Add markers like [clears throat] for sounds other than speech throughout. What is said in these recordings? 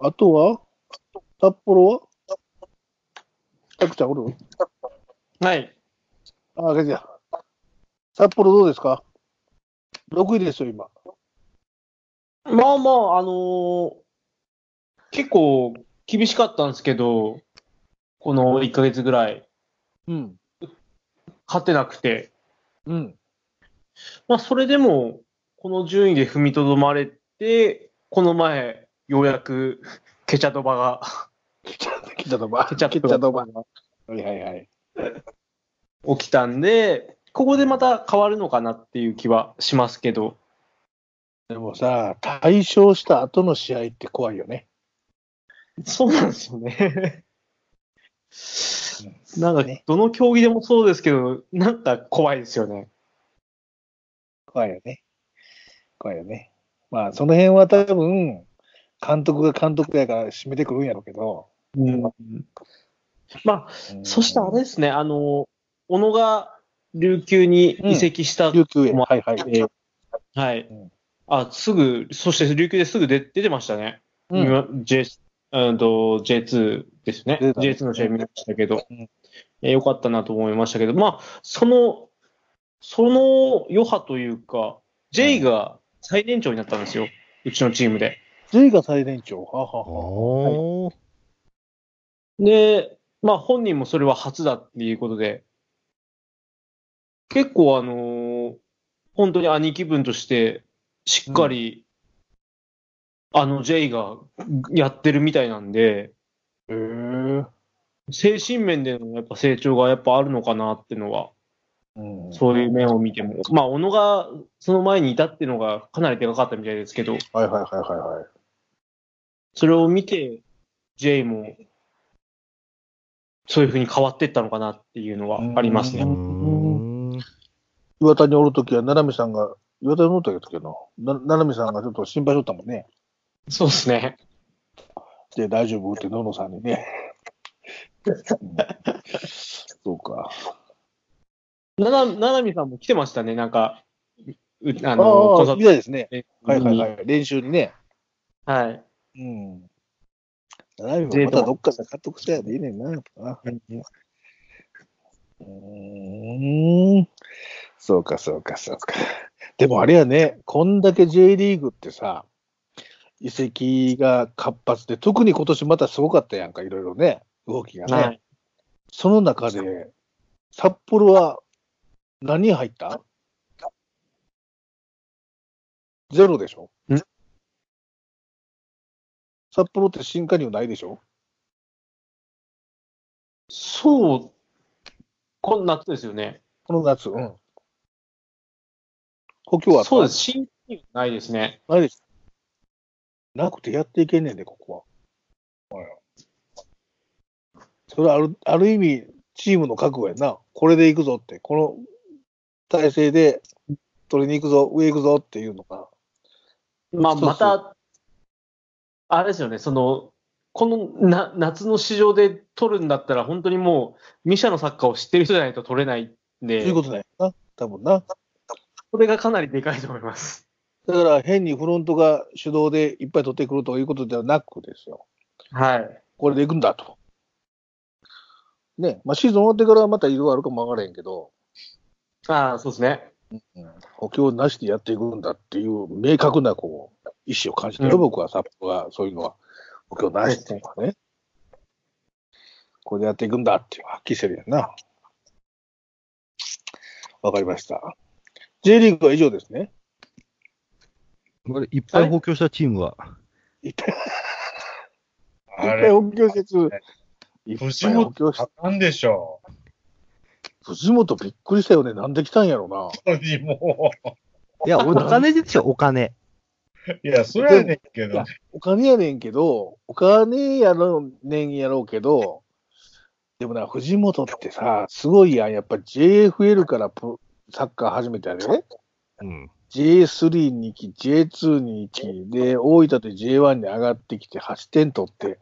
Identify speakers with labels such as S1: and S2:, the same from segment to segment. S1: あとは札幌はたくちゃんおる
S2: はい。
S1: あ、あけじゃ。札幌どうですか ?6 位ですよ、今。
S2: まあまあ、あのー結構厳しかったんですけど、この1ヶ月ぐらい、
S1: うん。
S2: 勝てなくて。
S1: うん。
S2: まあ、それでも、この順位で踏みとどまれて、この前、ようやく、ケチャドバが、
S1: ケチャップ、ケチャップ、
S2: ケチャップ
S1: ケチャップ。はいはいはい。
S2: 起きたんで、ここでまた変わるのかなっていう気はしますけど、
S1: でもさ、対勝した後の試合って怖いよね。
S2: そうなんですよ [laughs] ね。
S1: なんかね、
S2: どの競技でもそうですけど、なんか怖いですよね。
S1: 怖いよね。怖いよね。まあ、その辺は多分、監督が監督やから締めてくるんやろうけど。
S2: うん。まあ、
S1: うん
S2: そしてあれですね、あの、小野が琉球に移籍した
S1: 琉球へ。
S2: ま
S1: はいはい。
S2: で、はい
S1: うん。
S2: あ、すぐ、そして琉球ですぐ出出てましたね。
S1: うん、
S2: 今 J うんと J2 ですね。
S1: 出たね
S2: J2 の試合見ましたけど、
S1: うん
S2: えーよかったなと思いましたけど、まあ、その、その余波というか、J が最年長になったんですよ。うちのチームで。
S1: J が最年長。ははは。
S3: おー。
S2: で、まあ本人もそれは初だっていうことで、結構あのー本当に兄貴分として、しっかり、あの J がやってるみたいなんで、
S1: へえ。
S2: 精神面でのやっぱ成長がやっぱあるのかなってのは、
S1: うん
S2: そういう面を見ても、まあ、小野がその前にいたっていうのがかなりでかかったみたいですけど、
S1: はいはいはいはいはい。
S2: それを見て、J も、そういうふうに変わっていったのかなっていうのはあります
S1: う
S2: ね。
S1: ん岩田におるときは、七海さんが、岩田におるときやったっけな。な七海さんがちょっと心配しとったもんね。
S2: そうですね。
S1: で、大丈夫って、ののさんに
S2: [laughs]
S1: ね。うんそうか。
S2: なな、ななみさんも来てましたね、なんか、うあ
S1: あ
S2: の、コンサ
S1: あ、
S2: ー
S1: みたいですね。
S2: トに
S1: はいはいはい。練習にね。
S2: はい。
S1: うん。ライ
S2: ブは
S1: ブ
S2: ま
S1: ま
S2: た
S1: た
S2: ど
S1: どっかで獲得したやでいいねんな、うーん。そうか、そうか、そうか。でもあれやね、こんだけ J リーグってさ、移籍が活発で、特に今年またすごかったやんか、いろいろね、動きがね。
S2: はい
S1: その中で、札幌は何入ったゼロでしょ
S2: ん
S1: 札幌って新加入ないでしょ
S2: そう、こんなことですよね。
S1: この夏。うん。補強はあった
S2: そうです。新規ないですね。
S1: ないでしょなくてやっていけんねんで、ここは。はいそれある、ある意味、チームの覚悟やな。これで行くぞって、この体勢で取りに行くぞ、上行くぞっていうのが。
S2: まあ、
S1: そうそう
S2: また、あれですよね、その、このな夏の市場で取るんだったら、本当にもう、ミシャのサッカーを知ってる人じゃないと取れないん
S1: そ
S2: で、
S1: ういうことだよな、多分な。
S2: これがかなりでかいと思います。
S1: だから変にフロントが主導でいっぱい取ってくるということではなくですよ。
S2: はい。
S1: これで行くんだと。ね、まあ、シーズン終わってからはまた色々あるかもわからへんけど、
S2: ああ、そうですね。
S1: うん補強なしでやっていくんだっていう明確なこう意思を感じてる、
S2: うん
S1: 僕は札幌はそういうのは補強なしっていうのはね、これでやっていくんだっていうのははっきりしてるやんな。わかりました。J リーグは以上ですね。
S3: これいっぱい補強したチームは、
S1: いっぱい
S4: あ
S1: いっぱい
S4: れ、
S1: 補強説。いっぱ
S4: 藤
S1: い補強し
S4: 本、なんでしょ [laughs] う。
S1: 藤本びっくりしたよね。なんで来たんやろな。
S4: 本当にも
S3: い [laughs] や、お金ですよ、お金。
S4: う。いや、それはねんけどね、
S1: お金やねんけど、お金やろねんやろうけど、でもな、藤本ってさ、すごいやん。やっぱ JFL からプロサッカー始めたやね。
S3: うん。
S1: J3 に行き、J2 に行き、で、大分で J1 に上がってきて8点取って、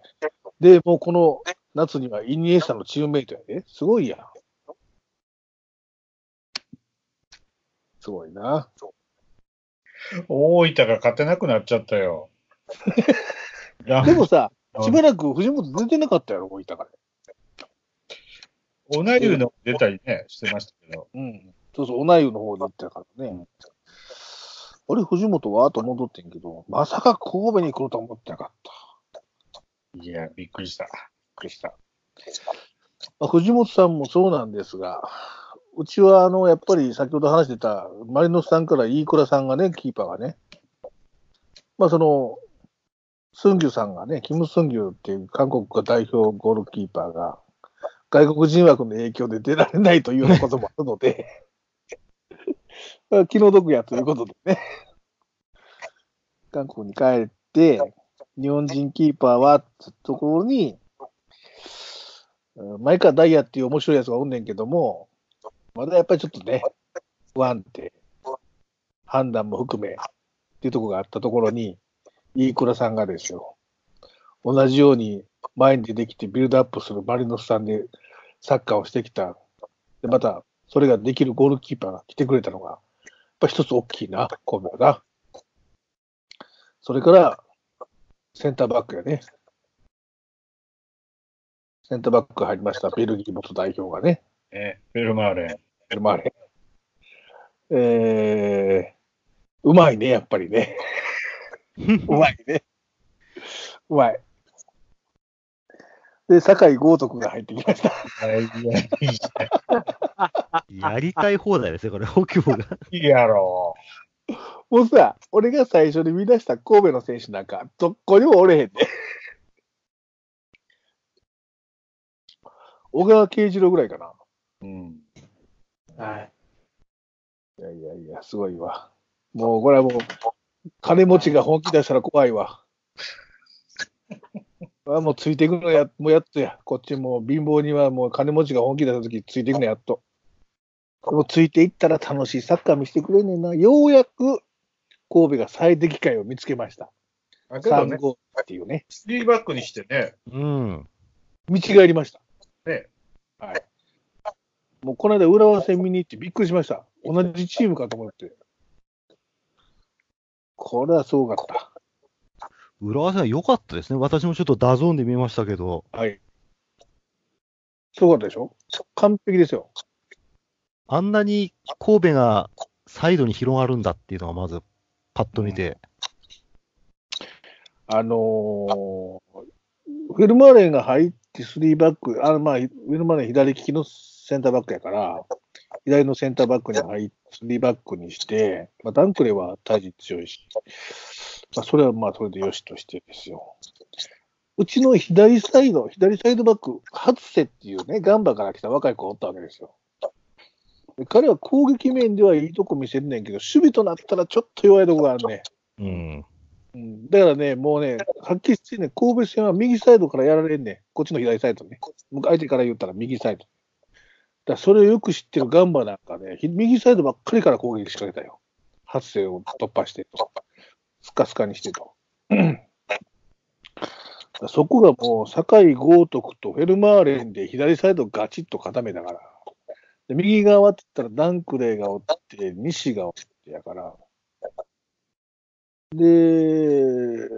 S1: で、もうこの夏にはイニエスタのチームメイトやね。すごいやん。すごいな。
S4: 大分が勝てなくなっちゃったよ。や
S1: でもさ、
S4: うん
S1: しばらく藤本出てなかったやろ、こういたから。
S4: おなゆの出たりね、してましたけど。
S1: うん。そうそう、おなゆの方だったからね。あれ、藤本はと戻ってんけど、まさか神戸に来ると思ってなかった。
S4: いや、びっくりした。びっくりした。
S1: まあ、藤本さんもそうなんですが、うちはあの、やっぱり先ほど話してた、マリノスさんから飯倉さんがね、キーパーがね、まあその、スンギュさんがね、キム・スンギュっていう韓国が代表ゴールキーパーが、外国人枠の影響で出られないというようなこともあるので、 [laughs] 気の毒やということでね、韓国に帰って、日本人キーパーは、つうところに、うん前川ダイヤっていう面白いやつがおんねんけども、まだやっぱりちょっとね、不安定、判断も含めっていうところがあったところに、飯倉さんがですよ、同じように前に出てきてビルドアップするマリノスさんでサッカーをしてきた、でまたそれができるゴールキーパーが来てくれたのが、やっぱ一つ大きいな、神戸はな。それから、センターバックやね。センターバック入りました、ベルギー元代表がね。
S4: え、ベルマーレン。
S1: うまい。えー、うまいね、やっぱりね。うまいね。うまい。で、酒井豪徳が入ってきました。
S4: いや、いや、い
S3: やりたい放題ですね、これ、補強が。
S4: いやろ。
S1: もうさ、俺が最初に見出した神戸の選手なんか、どこにもおれへんで。小川慶一郎ぐらいかな。
S4: うん。
S2: はい。
S1: いやいやいや、すごいわ。もう、これはもう、金持ちが本気出したら怖い
S4: [laughs]
S1: わ。あもうついていくのや、もうやっとや。こっちもう貧乏にはもう金持ちが本気出したときついていくのやっと。でもついていったら楽しいサッカー見せてくれんねんな。ようやく神戸が最適解を見つけました。
S4: あけど
S1: 3
S4: ね、
S1: ゴっていうね。
S4: 3バックにしてね、
S3: うん。
S1: 見違えりました。
S4: ね
S1: はい。もうこの間、浦和戦見に行ってびっくりしました。同じチームかと思って。これはすごかっ
S3: 浦和戦良かったですね。私もちょっとダゾーンで見ましたけど、
S1: た。はい。すごかったでしょ完璧ですよ。
S3: あんなに神戸がサイドに広がるんだっていうのがまず、パッと見て。
S1: あのー、フェルマーレンが入って3バック、あまあ、フェルマーレン左利きのセンターバックやから、左のセンターバックに入って、3バックにして、まあ、ダンクレは体重強いし、まあ、それはまあ、それでよしとしてですよ。うちの左サイド、左サイドバック、ハツセっていうね、ガンバから来た若い子がおったわけですよ。で彼は攻撃面ではいいとこ見せるねんけど、守備となったらちょっと弱いとこがあるね。
S3: うん。
S1: うんだからね、もうね、はっきりしてね、神戸戦は右サイドからやられんねん。こっちの左サイドね。向相手から言ったら右サイド。だからそれをよく知ってるガンバなんかね、ひ右サイドばっかりから攻撃仕掛けたよ。発生を突破してと。スカスカにしてと。 [clears throat] だからそこがもう、酒井豪徳とフェルマーレンで左サイドをガチッと固めたから。で右側って言ったらダンクレイがおって、西がおってやから。で、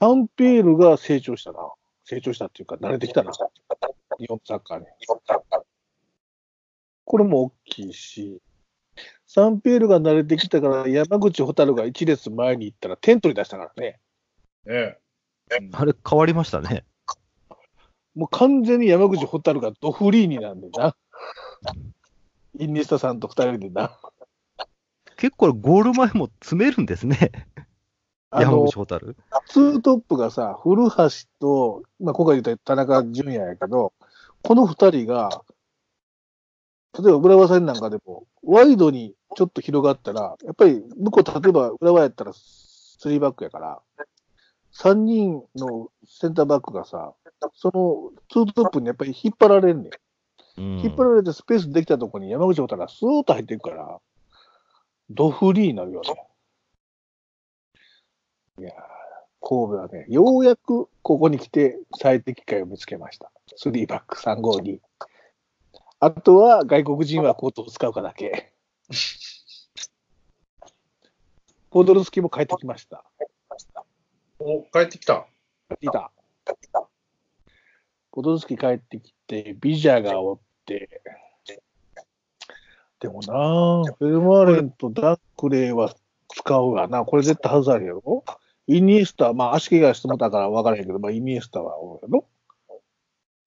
S1: サンピエールが成長したな。成長したっていうか、慣れてきたな。日本サッカーに。これも大きいし、サンピエールが慣れてきたから、山口蛍が一列前に行ったら、テントに出したからね。
S4: ね、
S3: あれ、変わりましたね。
S1: もう完全に山口蛍がドフリーになんでな。インニスタさんと二人でな。
S3: 結構、ゴール前も詰めるんですね。
S1: あ
S3: 山
S1: の
S3: 口蛍。
S1: ツートップがさ、古橋と、まあ、今回言った田中純也やけど、この二人が、例えば浦和戦なんかでも、ワイドにちょっと広がったら、やっぱり向こう、例えば浦和やったらスリーバックやから、三人のセンターバックがさ、そのツートップにやっぱり引っ張られんねん。
S3: うん
S1: 引っ張られてスペースできたところに山口おったらスーッと入っていくから、ドフリーになるよね。いやー神戸はね、ようやくここに来て最適解を見つけました。3バック352。あとは外国人はコートを使うかだけ。ポドルスキも帰ってきました。
S4: お、帰ってきた。
S1: いた。ポドルスキ帰ってきて、ビジャがおって、でもなあフェルマーレンとダックレイは使うがな、これ絶対外されるやろイニエスタ、まあ足怪我してもたから分からへんけど、まあイニエスタはおるやろ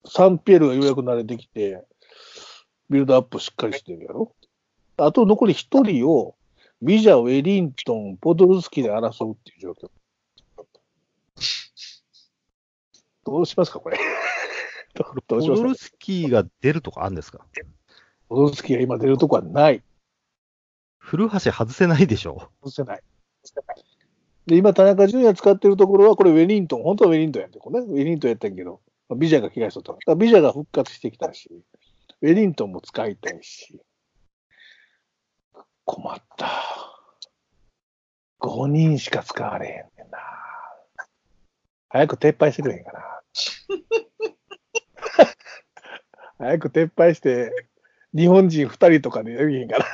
S1: サンピエールがようやく慣れてきて、ビルドアップしっかりしてるやろあと残り一人を、ビジャ、ウェリントン、ポドルスキで争うっていう状況。どうしますか、これ。 [laughs] どうど
S3: ポ
S1: うします
S3: ド
S1: か
S3: ルスキーが出るとかあるんですか
S1: ポドルスキが今出るとこはない。
S3: 古橋外せないでしょ。
S1: 外せない。で、今、田中純也使ってるところは、これ、ウェリントン、本当はウェリントンやってこれね。ウェリントンやったんやけど、まあビジャが着替えしとった。だからビジャが復活してきたし、ウェリントンも使いたいし、困った。5人しか使われへんねんな。早く撤廃してくれへんかな。 [laughs] 早く撤廃して、日本人2人とかでやりへんかな。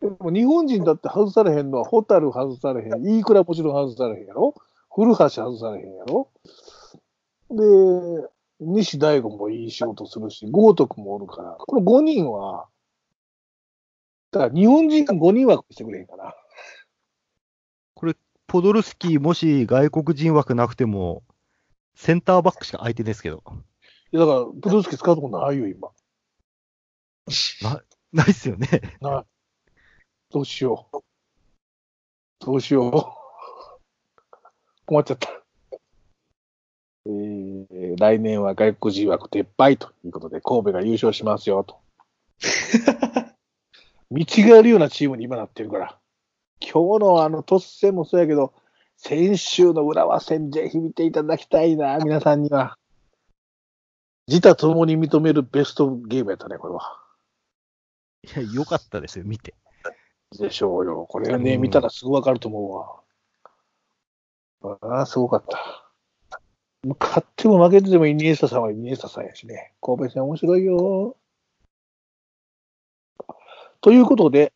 S1: でも日本人だって外されへんのは、ホタル外されへん、イークラもちろん外されへんやろ、古橋外されへんやろ。で、西大悟もいい仕事するし、豪徳もおるから、この5人は、だから日本人5人枠にしてくれへんかな。
S3: ポドルスキーもし外国人枠なくても、センターバックしか空いてないですけど。
S1: いやだから、プドルスキ使うとこないよ、今。
S3: ないっすよね。
S1: ない。どうしよう。どうしよう。 [laughs] 困っちゃった。えー、来年は外国人枠撤廃ということで、神戸が優勝しますよと。見違えるようなチームに今なってるから。今日のあの、突戦もそうやけど、先週の浦和戦、ぜひ見ていただきたいな、皆さんには。自他ともに認めるベストゲームやったね、これは。
S3: いや、良かったですよ、見て。
S1: でしょうよ。これね、
S3: うん
S1: 見たらすぐわかると思うわ。ああ、すごかった。もう勝っても負けててもイニエスタさんはイニエスタさんやしね。神戸戦面白いよ。ということで、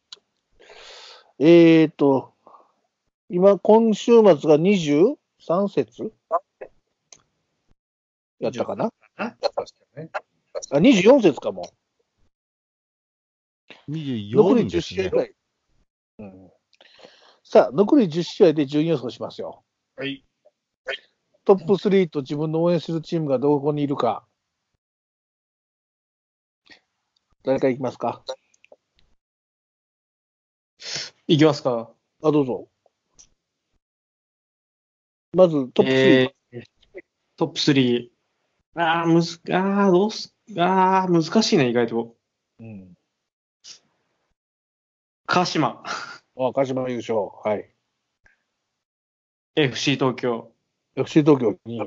S1: えーと、今、今週末が23節やったかな
S4: あ確かにね。
S1: あ、24節かも。残り
S3: 24
S1: 10
S3: です
S1: 試合
S3: ね
S1: ぐ。らい。うん、さあ、残り10試合で順位予想しますよ。
S4: はい。
S1: トップ3と自分の応援するチームがどこにいるか。誰からいきますか
S2: いきますか。
S1: あ、どうぞ。まずトップ3、
S2: えートップ3。ああ、むず、ああ、どうす、ああ、難しいな、意外と。
S1: うん。
S2: 鹿島、
S1: あ、鹿島優勝。はい。
S2: FC 東京、
S1: FC 東京に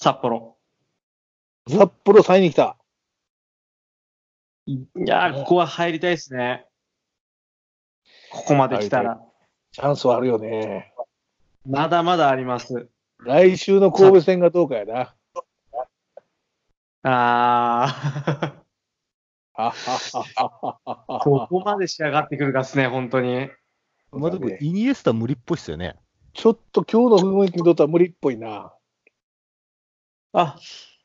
S2: 札幌。
S1: 札幌3位に来た。
S2: いやー、ここは入りたいですね。ここまで来たら。
S1: チャンスはあるよね。
S2: まだまだあります。
S1: 来週の神戸戦がどうかやな。あはは
S2: あ
S1: ははは
S2: あ、ここまで仕上がってくるかっすね、本当に。
S3: まあでも、イニエスタ無理っぽいっすよね。
S1: ちょっと今日の雰囲気にとっては無理っぽいな。
S2: あ、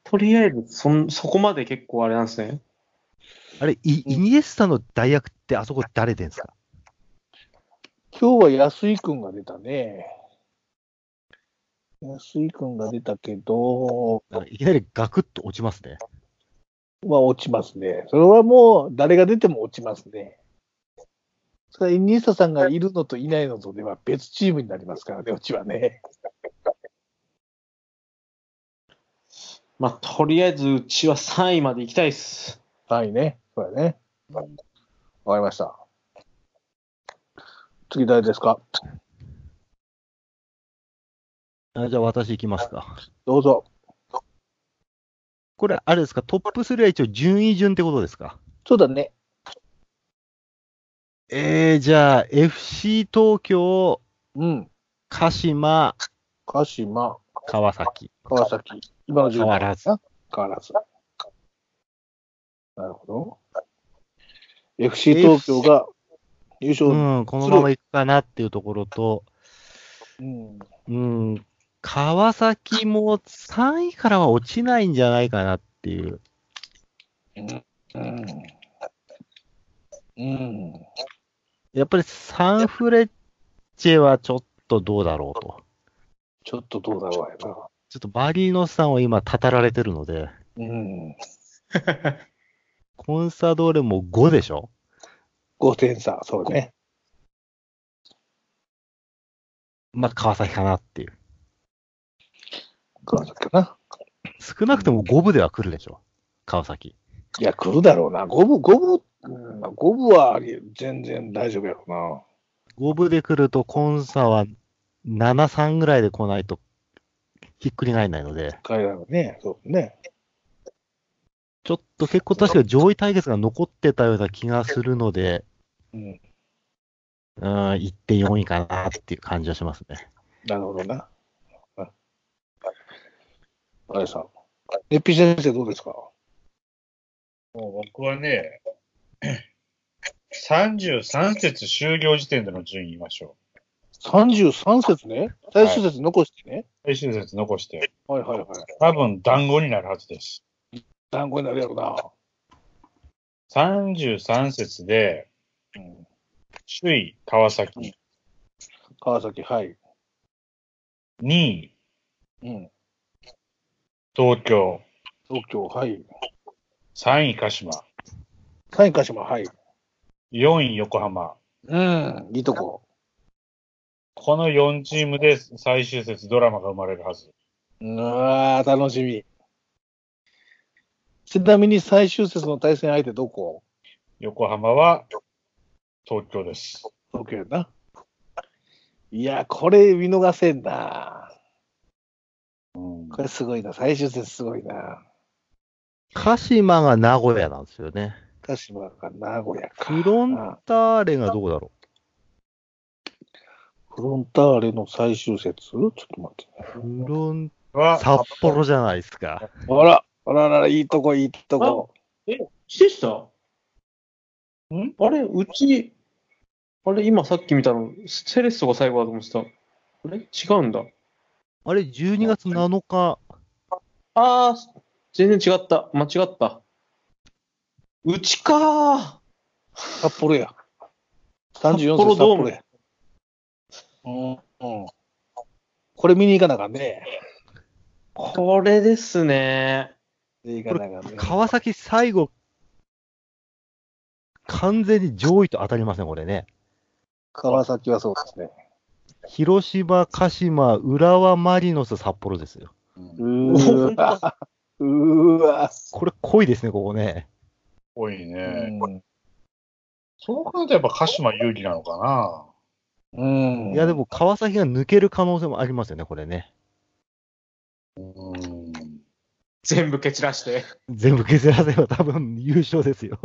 S2: とりあえず、そん、そこまで結構あれなんですね。
S3: あれ、イイニエスタの代役ってあそこ誰でんすか
S1: 今日は安井くんが出たね。安井くんが出たけど、
S3: なんかいきなりガクッと落ちますね。
S1: まあ落ちますね。それはもう誰が出ても落ちますね。それはイニエスタさんがいるのといないのとでは別チームになりますからね、うちはね。
S2: まあ、とりあえず、うちは3位まで行きたいっす。
S1: はいね。そうだね。わかりました。次誰ですか
S3: あじゃあ私行きますか。
S1: どうぞ。
S3: これ、あれですか、トップ3は一応順位順ってことですか
S1: そうだね。
S3: えー、じゃあ、FC 東京、
S1: うん。
S3: 鹿島、
S1: 鹿島、
S3: 川崎。
S1: 川崎。今の順
S3: 変
S1: 位
S3: わらず。
S1: 変わらず。なるほど。FC 東京が優勝。
S3: うん、このままいくかなっていうところと、
S1: うん
S3: うん、川崎も3位からは落ちないんじゃないかなっていう。
S1: うん。うん。
S3: やっぱりサンフレッチェはちょっとどうだろうと。
S1: ちょっとどうだろうやな。
S3: ちょっとマリノスさんを今、たたられてるので、
S1: うん。
S3: コンサドーレも5でしょ
S1: 5点差、そうね。
S3: まあ、川崎かなっていう。
S1: 川崎かな。
S3: 少なくとも5部では来るでしょ川崎。
S1: いや、来るだろうな。五分、五分、うん五分はあり全然大丈夫やろうな。
S3: 5部で来ると、コンサは7、3ぐらいで来ないと、ひっくり返らないので、
S1: 海外はね、そうね。
S3: ちょっと結構確か上位対決が残ってたような気がするので、
S1: うん。
S3: うん、1.4位かなっていう感じはしますね。
S1: なるほどな。うんあれさん。レッピー先生どうですか
S4: もう僕はね、33節終了時点での順位言いましょ
S1: ?33 節ね。最終節残してね。
S4: う。最終節残して、
S1: はいはいはい。
S4: 多分団子になるはずです。
S1: 団子になるやろな。
S4: 33節で、
S1: うん
S4: 首位、川崎、
S1: 川崎、はい。
S4: 2位、
S1: うん。
S4: 東京、
S1: 東京、はい。
S4: 3位、鹿島、
S1: 3位、鹿島、はい。
S4: 4位、横浜。
S1: うん。いいとこ。
S4: この4チームで最終節ドラマが生まれるはず。
S1: うわー、楽しみ。ちなみに最終節の対戦相手どこ
S4: 横浜は東京です。
S1: 東京やな。いや、これ見逃せんな。
S4: うん
S1: これすごいな。最終節すごいな。
S3: 鹿島が名古屋なんですよね。
S1: 鹿島か名古屋か。
S3: フロンターレがどうだろ
S1: フロンターレの最終節ちょっと待
S3: う
S1: ってね。
S3: フロン、
S4: は
S3: 札幌じゃないですか。
S1: あら、あららら、いいとこ、いいとこ。
S2: してした
S4: ん
S2: あれ、うち、あれ、今さっき見たの、セレッソが最後だと思ってた。あれ違うんだ。
S3: あれ、12月7日、
S2: あー、全然違った。間違った。うちかー。
S1: 札幌や。34節
S2: 札幌
S1: 札
S2: ドーム
S1: 幌や。うん。うん。これ見に行かなあかんね。
S2: これですね。
S1: 行かなあかんね。
S3: 川崎最後、完全に上位と当たりません、これね。
S1: 川崎はそうですね。
S3: 広島、鹿島、浦和、マリノス、札幌ですよ。
S1: うー [laughs] わ。うーわ。
S3: これ濃いですね、ここね。
S4: 多いうね。
S1: ん。
S4: そう考えるとやっぱ鹿島有利なのかな。
S1: うん
S3: いや、でも川崎が抜ける可能性もありますよね、これね。
S4: うん。
S2: [laughs] 全部蹴散らして。
S3: 全部削らせば多分優勝ですよ。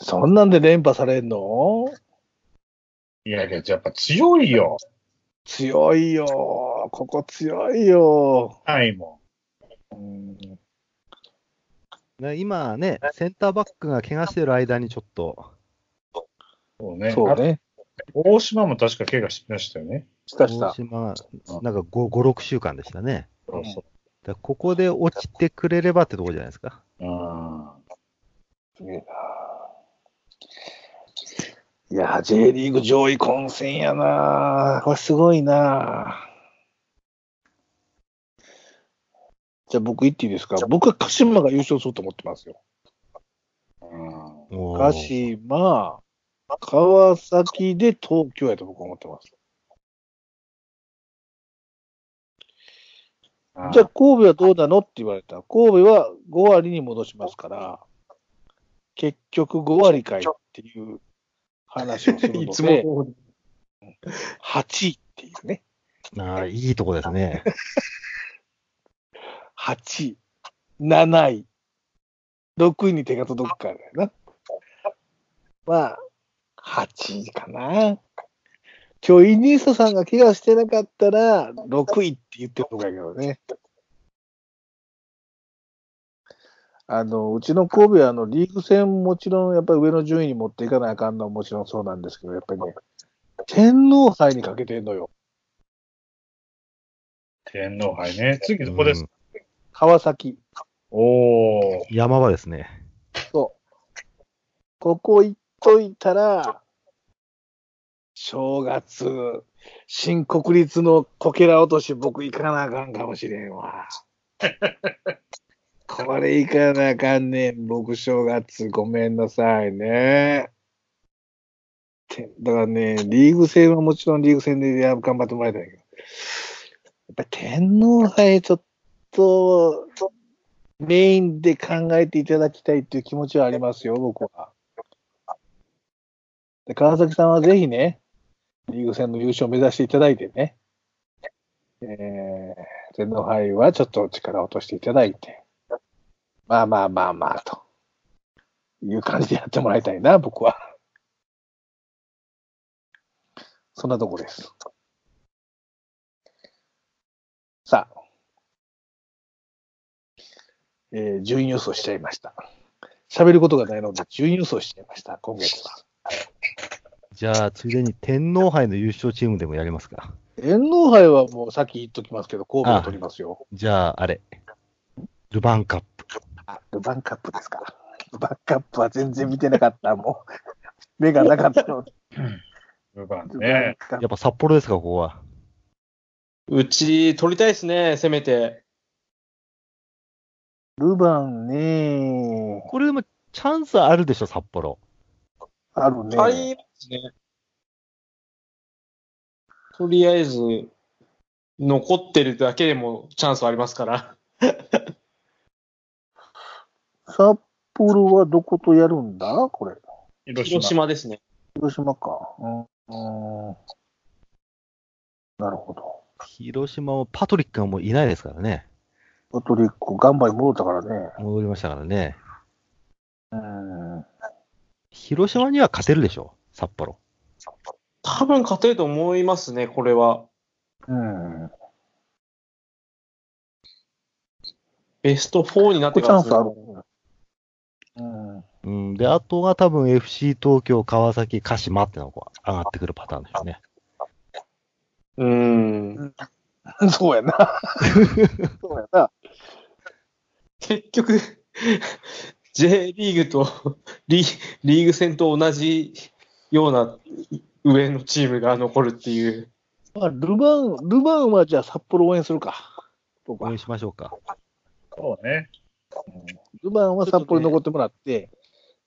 S1: そんなんで連覇されんの
S4: いやけどやっぱ強いよ。
S1: 強いよ。ここ強いよ。
S4: はいも
S1: うん
S3: ね今ね、センターバックが怪我してる間にちょっと、
S4: ん。そうね。
S1: そうね。
S4: あ大島も確か怪我してましたよね。
S1: したした
S3: 大。島がなんか5、6週間でしたね。
S4: そうそ
S3: だからここで落ちてくれればってとこじゃないですか。
S4: う。うん。
S1: すげえな。いや、J リーグ上位混戦やな。これすごいな。じゃあ僕言っていいですか僕は鹿島が優勝すると思ってますよ。
S4: うん
S3: おー
S1: 鹿島、川崎で東京やと僕は思ってます。じゃあ神戸はどうなのって言われた。神戸は5割に戻しますから、結局5割かいっていう話をするので、
S2: いつも。
S1: 8位っていうね。
S3: あーいいとこですね。
S1: 8位、7位、6位に手が届くからだよな。まあ、8位かな。今日、イニエスタさんが怪我してなかったら、6位って言ってるのかやけどね。あの、うちの神戸はあの、リーグ戦もちろん、やっぱり上の順位に持っていかなあかんのはもちろんそうなんですけど、やっぱりね、天皇杯にかけてんのよ。
S4: 天皇杯ね。次どこです、
S3: うん
S1: 川崎。
S4: おー。
S3: [laughs] 山場ですね。
S1: ここ行っといたら、正月、新国立のこけら落とし、僕行かなあかんかもしれんわ。 [laughs] これ行かなあかんねん、僕正月、ごめんなさいね。てだからね、リーグ戦はもちろんリーグ戦でや頑張ってもらいたいけど、やっぱ天皇杯ちょっと、メインで考えていただきたいっていう気持ちはありますよ、僕は。で川崎さんはぜひね、リーグ戦の優勝を目指していただいてね、えー、天皇杯はちょっと力を落としていただいて、まあまあまあまあ、という感じでやってもらいたいな、僕は。そんなとこです。さあ、えー順位予想しちゃいました。喋ることがないので、順位予想しちゃいました、今月は。
S3: じゃあ、ついでに天皇杯の優勝チームでもやりますか。
S1: 天皇杯はもうさっき言っときますけど、神戸を取りますよ。
S3: じゃあ、あれ。ルヴァンカップ。
S1: あ、ルヴァンカップですか。ルヴァンカップは全然見てなかった、もう。 [laughs] 目がなかったので。
S4: ルヴァン
S1: ルヴァン
S4: ね。
S1: カップ
S3: やっぱ札幌ですか、ここは。
S2: うち、取りたいですね、せめて。
S1: ルヴァンね
S3: これでもチャンスあるでしょ、札幌。
S1: あるね。
S2: ありますね。とりあえず、残ってるだけでもチャンスはありますから。
S1: 札幌はどことやるんだこれ。
S4: 広島。
S2: 広島ですね。
S1: 広島か。うん。うんなるほど。
S3: 広島もパトリックがもういないですからね。
S1: パトリック、ガンバに戻ったからね。
S3: 戻りましたからね。
S1: うん。
S3: 広島には勝てるでしょ、札幌。
S2: 多分勝てると思いますね、これは。
S1: うん。
S2: ベスト4になっ
S1: こ
S2: て
S1: れチ
S2: から
S1: ャ
S2: で
S1: ン
S2: す
S1: ス
S2: ね
S1: ある。うん。
S3: うん。で、あとは多分 FC 東京、川崎、鹿島ってのが上がってくるパターンでしょうね。
S2: うん。
S1: [laughs] そうやな。そうやな。
S2: 結局、J リーグとリリーグ戦と同じような上のチームが残るっていう。
S1: まあ、ルバン、ルバンはじゃあ札幌応援するか。僕
S3: 応
S1: は
S3: 援。しましょうか。
S4: そうね。
S1: ルバンは札幌に残ってもらって、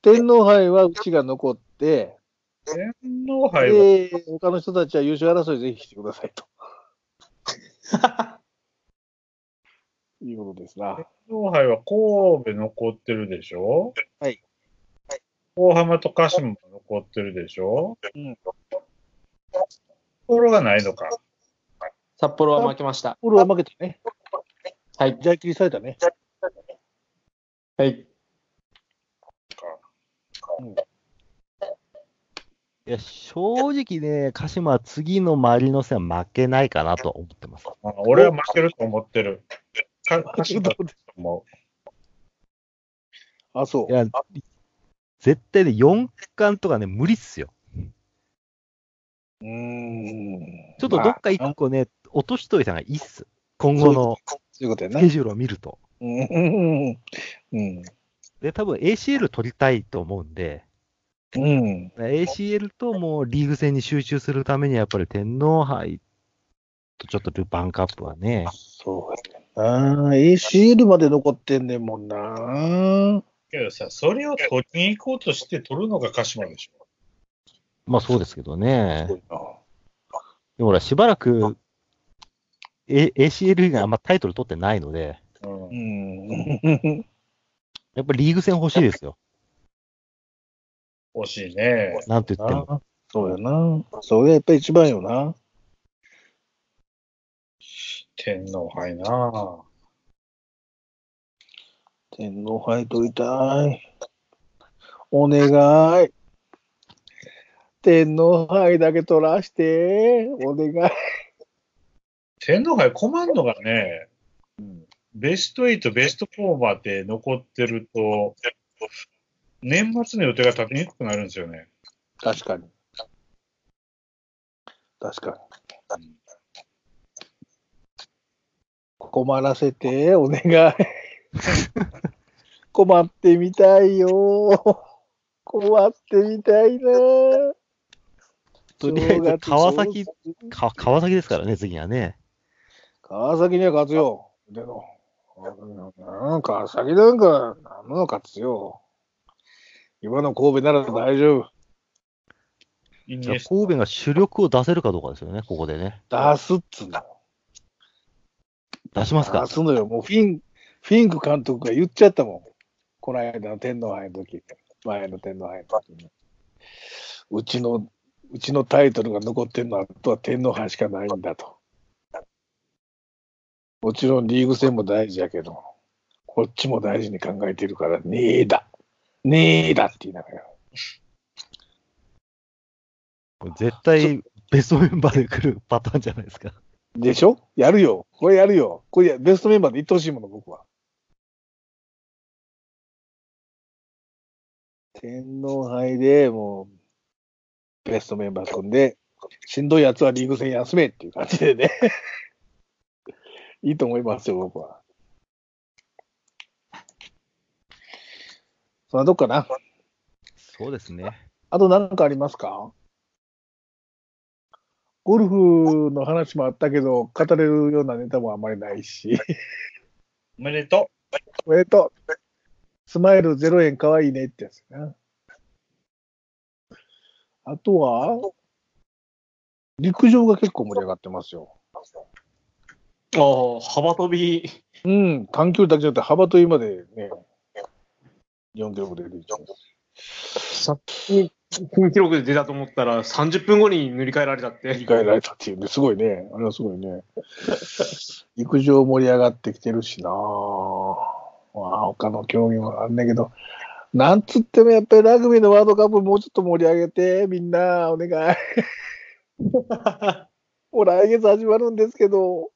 S1: 天皇杯はうちが残って、
S4: 天皇杯は、
S1: で、他の人たちは優勝争いぜひしてくださいと。いうことですな。
S4: 天皇杯は神戸残ってるでしょ
S1: はい。
S4: 大浜と鹿島も残ってるでしょ
S1: うん
S4: ところがないのか。
S2: 札幌は負けました。
S1: 俺は負けたね。
S2: はい。
S1: じゃあ切りされたね。
S2: はい。
S3: いや、正直ね、鹿島は次の周りの戦は負けないかなとは思ってます。
S4: まあ俺は負けると思ってる。
S1: [laughs]
S4: か鹿島だと思
S1: あ、そ。
S3: いうや、絶対ね、4冠とかね、無理っすよ。
S1: うーん。
S3: ちょっとどっか
S1: まあ
S3: 1個ね、落としといた方がいいっす。今後の
S1: そういうことや
S3: ス
S1: な
S3: ケ。ジュールを見ると。
S1: うんうん。うん。
S3: で、多分 ACL 取りたいと思うんで、
S1: うん。
S3: ACL ともうリーグ戦に集中するためにはやっぱり天皇杯とちょっとルパンカップはね、
S1: そうやな。ACL まで残ってんねんもんな。
S4: う。けどさ、それを取りに行こうとして取るのが鹿島でしょ。
S3: まあそうですけどね。
S1: そうやな
S3: でもほら、しばらく、A、ACL 以外あんまタイトル取ってないので、
S4: うん
S1: う。ん。
S3: やっぱりリーグ戦欲しいですよ。
S4: 惜しいね。
S3: なんて言っても。
S1: なそうやな。それがやっぱり一番よな。
S4: 天皇杯なぁ。
S1: 天皇杯取りたい。お願い。天皇杯だけ取らして。お願い。
S4: 天皇杯困んのがね、ベスト8、ベスト4まで残ってると、年末の予定が立てにくくなるんですよね。
S1: 確かに。確かに。困らせて、お願い。 [laughs] 困ってみたいよ。困ってみたいな。
S3: とりあえず
S1: 正月
S3: 川崎
S1: 正月
S3: か川崎ですからね、次はね。
S1: 川崎には勝つよ。でも、うん川崎なんか、なんの勝つよ。今の神戸なら大丈夫。
S4: イニ
S3: じゃあ
S4: エス
S3: 神戸が主力を出せるかどうかですよね、ここでね。
S1: 出すっつうんだ。
S3: 出しますか
S1: 出。すのよ。もうフィン、フィンク監督が言っちゃったもん。この間の天皇杯の時、前の天皇杯の時に。うちの、うちのタイトルが残ってるのは、あとは天皇杯しかないんだと。もちろんリーグ戦も大事やけど、こっちも大事に考えてるから、ねえだ。ねえだって言いながら。
S3: 絶対ベストメンバーで来るパターンじゃないですか。
S1: でしょやるよ。これやるよ。これやベストメンバーでいってほしいもの、僕は。天皇杯でもう、ベストメンバー組んで、しんどいやつはリーグ戦休めっていう感じでね。 [laughs] いいと思いますよ、僕は。そんなとこかな。
S3: そうですね。
S1: あと何かありますかゴルフの話もあったけど、語れるようなネタもあまりないし。 [laughs]
S4: おめでと
S1: おめでとう。スマイル0円かわいいねってやつやな。あとは、陸上が結構盛り上がってますよ。
S2: ああ、幅跳び、
S1: うん、短距離だけじゃなくて幅跳びまでね、4キロで出てきてます。
S2: さっき、新記録で出たと思ったら、30分後に塗り替えられたって。
S1: 振り返られたっていうんで、すごいね。あれはすごいね。陸上盛り上がってきてるしなぁ。まあ、他の競技もあんねんけど、なんつってもやっぱりラグビーのワールドカップもうちょっと盛り上げて、みんな、お願い。もう来月始まるんですけど、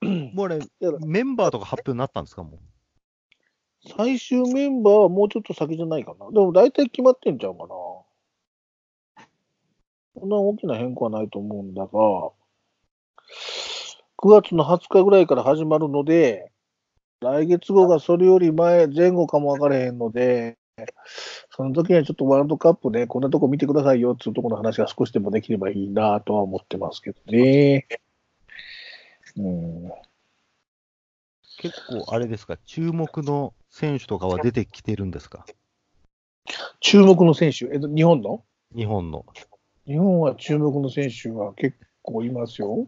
S3: もうあれ、メンバーとか発表になったんですか、もう。
S1: 最終メンバーはもうちょっと先じゃないかな。でも大体決まってんちゃうかな。そんな大きな変更はないと思うんだが、9月の20日ぐらいから始まるので、来月号がそれより前、前後かも分からへんので、その時にはちょっとワールドカップね、こんなとこ見てくださいよっていうところの話が少しでもできればいいなとは思ってますけどね。うん。
S3: 結構あれですか、注目の選手とかは出てきてるんですか、
S1: 注目の選手、えっと、日本の
S3: 日本の。
S1: 日本は注目の選手は結構いますよ。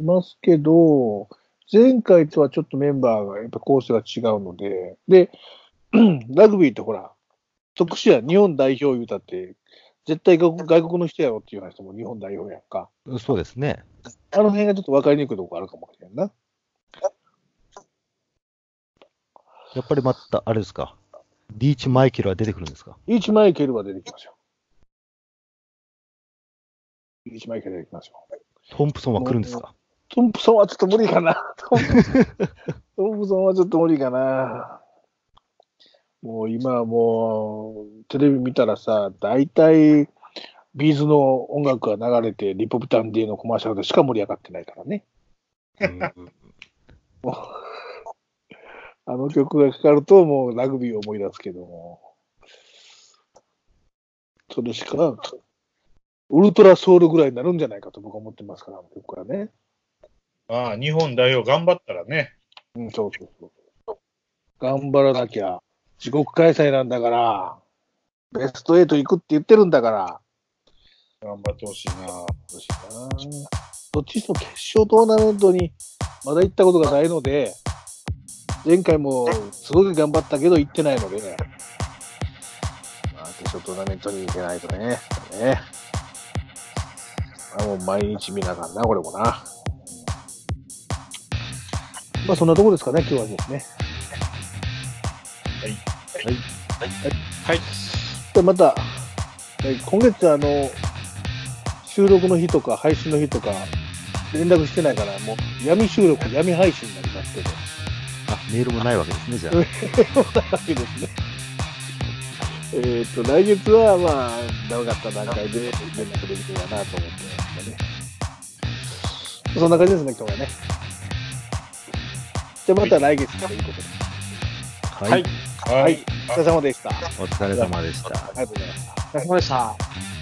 S1: いますけど、前回とはちょっとメンバーが、やっぱコースが違うので、で、 [clears throat] ラグビーってほら、特殊や、日本代表言うたって、絶対外国外国の人やろっていう話も日本代表やんか。
S3: そうですね。
S1: あの辺がちょっと分かりにくいとこあるかもしれんな。
S3: やっぱりまた、あれですか、リーチマイケルは出てくるんですか
S1: リーチマイケルは出てきますよ。リーチマイケル出てきますよ。
S3: トンプソンは来るんですか
S1: トンプソンはちょっと無理かな。トンプソントンプソンはちょっと無理かな。もう今はもう、テレビ見たらさ、大体、ビーズの音楽が流れて、リポビタン D のコマーシャルでしか盛り上がってないからね。
S3: うん
S1: あの曲がかかると、もうラグビーを思い出すけども。それしか、ウルトラソウルぐらいになるんじゃないかと僕は思ってますから、僕はね。
S4: う。まあ、日本代表頑張ったらね。
S1: うん、そうそうそう。頑張らなきゃ、自国開催なんだから、ベスト8行くって言ってるんだから、
S4: 頑張ってほしいな。
S1: どうしようかなどっちにしても決勝トーナメントにまだ行ったことがないので、前回もすごく頑張ったけど行ってないので、まあ、決勝トーナメントに行けないとね。ねまあ、もう毎日見なあかんな、これもな。まあそんなとこですかね、今日はですね。
S2: はい。
S1: でまた、えー今月あの、収録の日とか配信の日とか、連絡してないから、もう闇収録、闇配信になりますけど。
S3: あ、メールもないわけですね、じゃあ。
S1: そうですね。えっと、来月は、まあ、長かった段階で連絡できるかなと思ってますね。そんな感じですね、今日はね。じゃあまた来月ということで。
S3: はい。
S1: はい、お疲れ様でした。あ
S3: お疲れ様でした。
S1: りがとうございました。
S2: お疲れ様でした。